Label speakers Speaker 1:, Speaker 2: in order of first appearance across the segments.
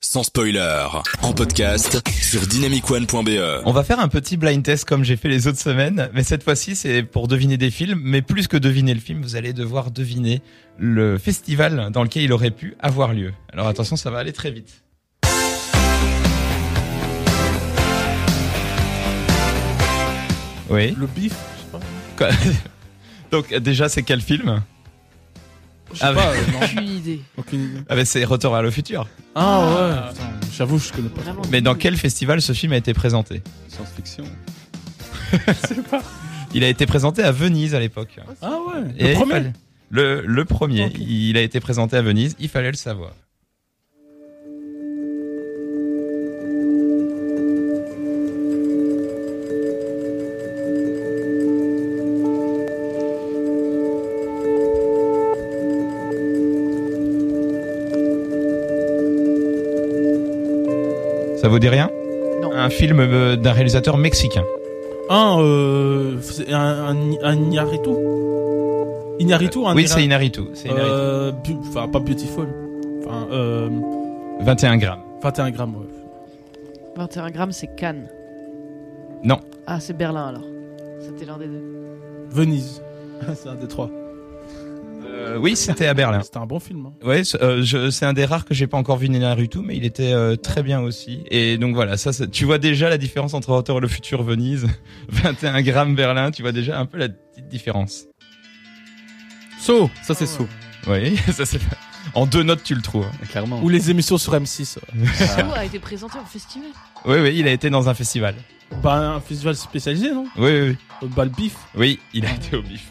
Speaker 1: sans spoiler, en podcast sur dynamicone.be.
Speaker 2: On va faire un petit blind test comme j'ai fait les autres semaines, mais cette fois-ci c'est pour deviner des films, mais plus que deviner le film, vous allez devoir deviner le festival dans lequel il aurait pu avoir lieu. Alors attention, ça va aller très vite. Oui.
Speaker 3: Le bif, je sais pas.
Speaker 2: Quoi Donc déjà c'est quel film
Speaker 3: Je sais
Speaker 2: Ah
Speaker 3: pas, euh, non,
Speaker 4: Aucune idée.
Speaker 3: aucune idée.
Speaker 2: Ah ben c'est Retour vers le futur.
Speaker 3: Ah ouais, putain, j'avoue, je connais pas.
Speaker 4: Vraiment.
Speaker 2: Mais dans quel festival ce film a été présenté
Speaker 5: Science-fiction.
Speaker 2: Il a été présenté à Venise à l'époque.
Speaker 3: Ah ouais,
Speaker 2: Et
Speaker 3: le
Speaker 2: il
Speaker 3: premier
Speaker 2: fallait- le, le premier.
Speaker 3: Ok.
Speaker 2: Il a été présenté à Venise, il fallait le savoir. Ça vous dit rien
Speaker 4: Non.
Speaker 2: Un film euh, d'un réalisateur mexicain.
Speaker 3: Un, euh, c'est un, un, un Iñárritu Iñárritu, un
Speaker 2: oui,
Speaker 3: Ira-
Speaker 2: c'est Inaritu. C'est Inaritu.
Speaker 3: Euh, bu- Enfin, pas Beautiful. Enfin, euh,
Speaker 2: 21 grammes.
Speaker 3: 21 grammes, ouais.
Speaker 4: 21 grammes, c'est Cannes.
Speaker 2: Non.
Speaker 4: Ah, c'est Berlin alors. C'était l'un des deux.
Speaker 3: Venise. c'est un des trois.
Speaker 2: Euh, oui, c'était à Berlin.
Speaker 3: C'était un bon film. hein.
Speaker 2: Ouais, c'est euh, je- c'est un des rares que j'ai pas encore vu Naruto, mais il était euh, très bien aussi. Et donc voilà, ça, c'est- tu vois déjà la différence entre Retour et le futur Venise, 21 grammes Berlin, tu vois déjà un peu la petite différence.
Speaker 3: So, ça c'est So.
Speaker 2: Oui, ça c'est en deux notes tu le trouves. hein.
Speaker 5: Clairement.
Speaker 3: Ou les émissions sur M6.
Speaker 2: Ah.
Speaker 4: Sceaux a été présenté en festival.
Speaker 2: Oui, oui, il a été dans un festival.
Speaker 3: Bah, un festival spécialisé, non
Speaker 2: Oui, oui, oui.
Speaker 3: Bah, le bif.
Speaker 2: Oui, il a été au bif.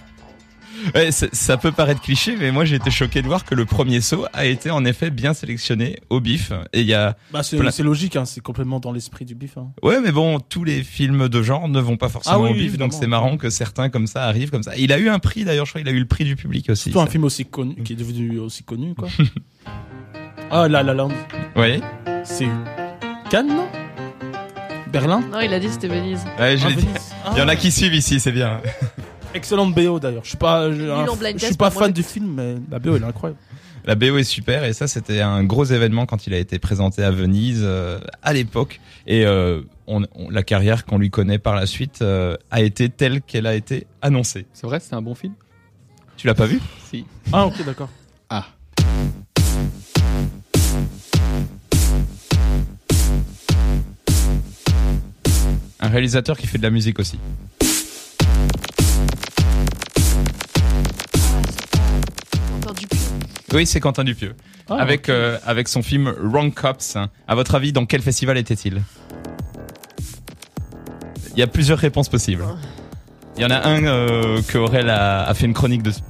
Speaker 2: Ouais, c'est- ça peut paraître cliché, mais moi j'ai été choqué de voir que le premier saut a été en effet bien sélectionné au bif. Et il y a
Speaker 3: Bah, c'est
Speaker 2: Plein.
Speaker 3: c'est logique, hein, c'est complètement dans l'esprit du bif. Hein.
Speaker 2: Ouais, mais bon, tous les films de genre ne vont pas forcément
Speaker 3: Ah oui,
Speaker 2: au
Speaker 3: oui,
Speaker 2: bif,
Speaker 3: évidemment.
Speaker 2: donc c'est marrant que certains comme ça arrivent comme ça. Il a eu un prix d'ailleurs, je crois qu'il a eu le prix du public aussi.
Speaker 3: Surtout un film aussi connu, qui est devenu aussi connu, quoi. ah, La La Land.
Speaker 2: Oui,
Speaker 3: C'est Cannes, non Berlin
Speaker 4: Non, il a dit c'était Venise.
Speaker 2: ouais, je
Speaker 3: Ah,
Speaker 2: l'ai dit.
Speaker 3: Venise. Ah.
Speaker 2: Il y en a qui suivent ici, c'est bien.
Speaker 3: Excellente BO d'ailleurs. Je suis pas, je,
Speaker 4: en
Speaker 3: un-
Speaker 4: blind
Speaker 3: je suis
Speaker 4: test,
Speaker 3: pas
Speaker 4: pour moi,
Speaker 3: fan
Speaker 4: c'est-
Speaker 3: du film, mais la BO elle est incroyable.
Speaker 2: La BO est super et ça c'était un gros événement quand il a été présenté à Venise euh, à l'époque et euh, on, on- la carrière qu'on lui connaît par la suite euh, a été telle qu'elle a été annoncée.
Speaker 5: C'est vrai, c'était un bon film
Speaker 2: Tu l'as pas vu
Speaker 5: Si.
Speaker 3: Ah ok d'accord.
Speaker 5: Ah.
Speaker 2: Un réalisateur qui fait de la musique aussi.
Speaker 4: Encore du plus.
Speaker 2: Oui, c'est Quentin Dupieux.
Speaker 3: Ah,
Speaker 2: avec euh, avec son film Wrong Cops. hein. À votre avis, dans quel festival était-il Il y a plusieurs réponses possibles. Il y en a un euh, que Aurel a, a fait une chronique dessus.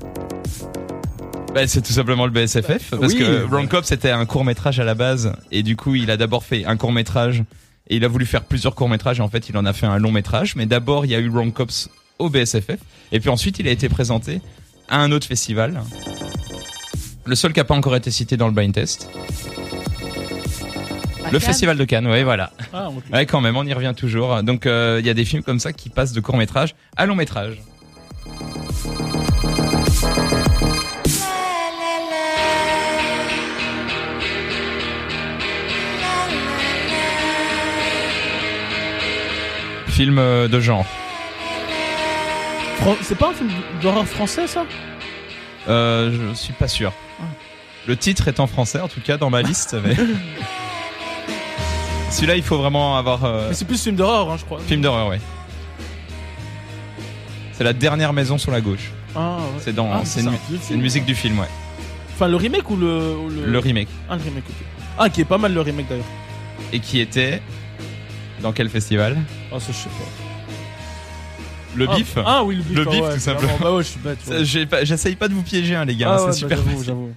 Speaker 2: Bah, c'est tout simplement le BSFF parce
Speaker 5: Oui.
Speaker 2: que Wrong Cops c'était un court métrage à la base et du coup il a d'abord fait un court métrage et il a voulu faire plusieurs courts métrages et en fait il en a fait un long métrage mais d'abord il y a eu Wrong Cops au BSFF et puis ensuite il a été présenté à un autre festival le seul qui n'a pas encore été cité dans le blind test
Speaker 4: À
Speaker 2: le
Speaker 4: Cannes.
Speaker 2: festival de Cannes ouais voilà
Speaker 3: Ah, ok.
Speaker 2: ouais quand même on y revient toujours donc euh, il y a des films comme ça qui passent de court métrage à long métrage film euh, de genre
Speaker 3: Fran- c'est pas un film d'horreur français ça
Speaker 2: Euh, je suis pas sûr. Le titre est en français, en tout cas dans ma liste. Mais... Celui-là, il faut vraiment avoir euh,
Speaker 3: Mais c'est plus film d'horreur, hein, je crois.
Speaker 2: film d'horreur, ouais. C'est la dernière maison sur la gauche.
Speaker 3: Ah, ouais.
Speaker 2: C'est dans,
Speaker 3: Ah,
Speaker 2: c'est une,
Speaker 3: ça, un vieux
Speaker 2: c'est
Speaker 3: film.
Speaker 2: une musique du film, ouais.
Speaker 3: Enfin le remake ou le, ou le...
Speaker 2: Le remake.
Speaker 3: Ah, le remake. ok. Ah qui est pas mal le remake d'ailleurs.
Speaker 2: Et qui était dans quel festival
Speaker 3: Ah ça je sais pas.
Speaker 2: Le
Speaker 3: Ah,
Speaker 2: bif.
Speaker 3: Ah oui le bif.
Speaker 2: Le
Speaker 3: ah
Speaker 2: bif,
Speaker 3: ouais,
Speaker 2: tout
Speaker 3: clairement.
Speaker 2: simplement.
Speaker 3: Bah ouais je suis bête. ouais.
Speaker 2: Ça, j'ai pas- J'essaye pas de vous piéger, hein, les gars.
Speaker 3: Ah
Speaker 2: hein,
Speaker 3: ouais,
Speaker 2: c'est
Speaker 3: bah,
Speaker 2: super.
Speaker 3: j'avoue,
Speaker 2: facile.
Speaker 3: j'avoue.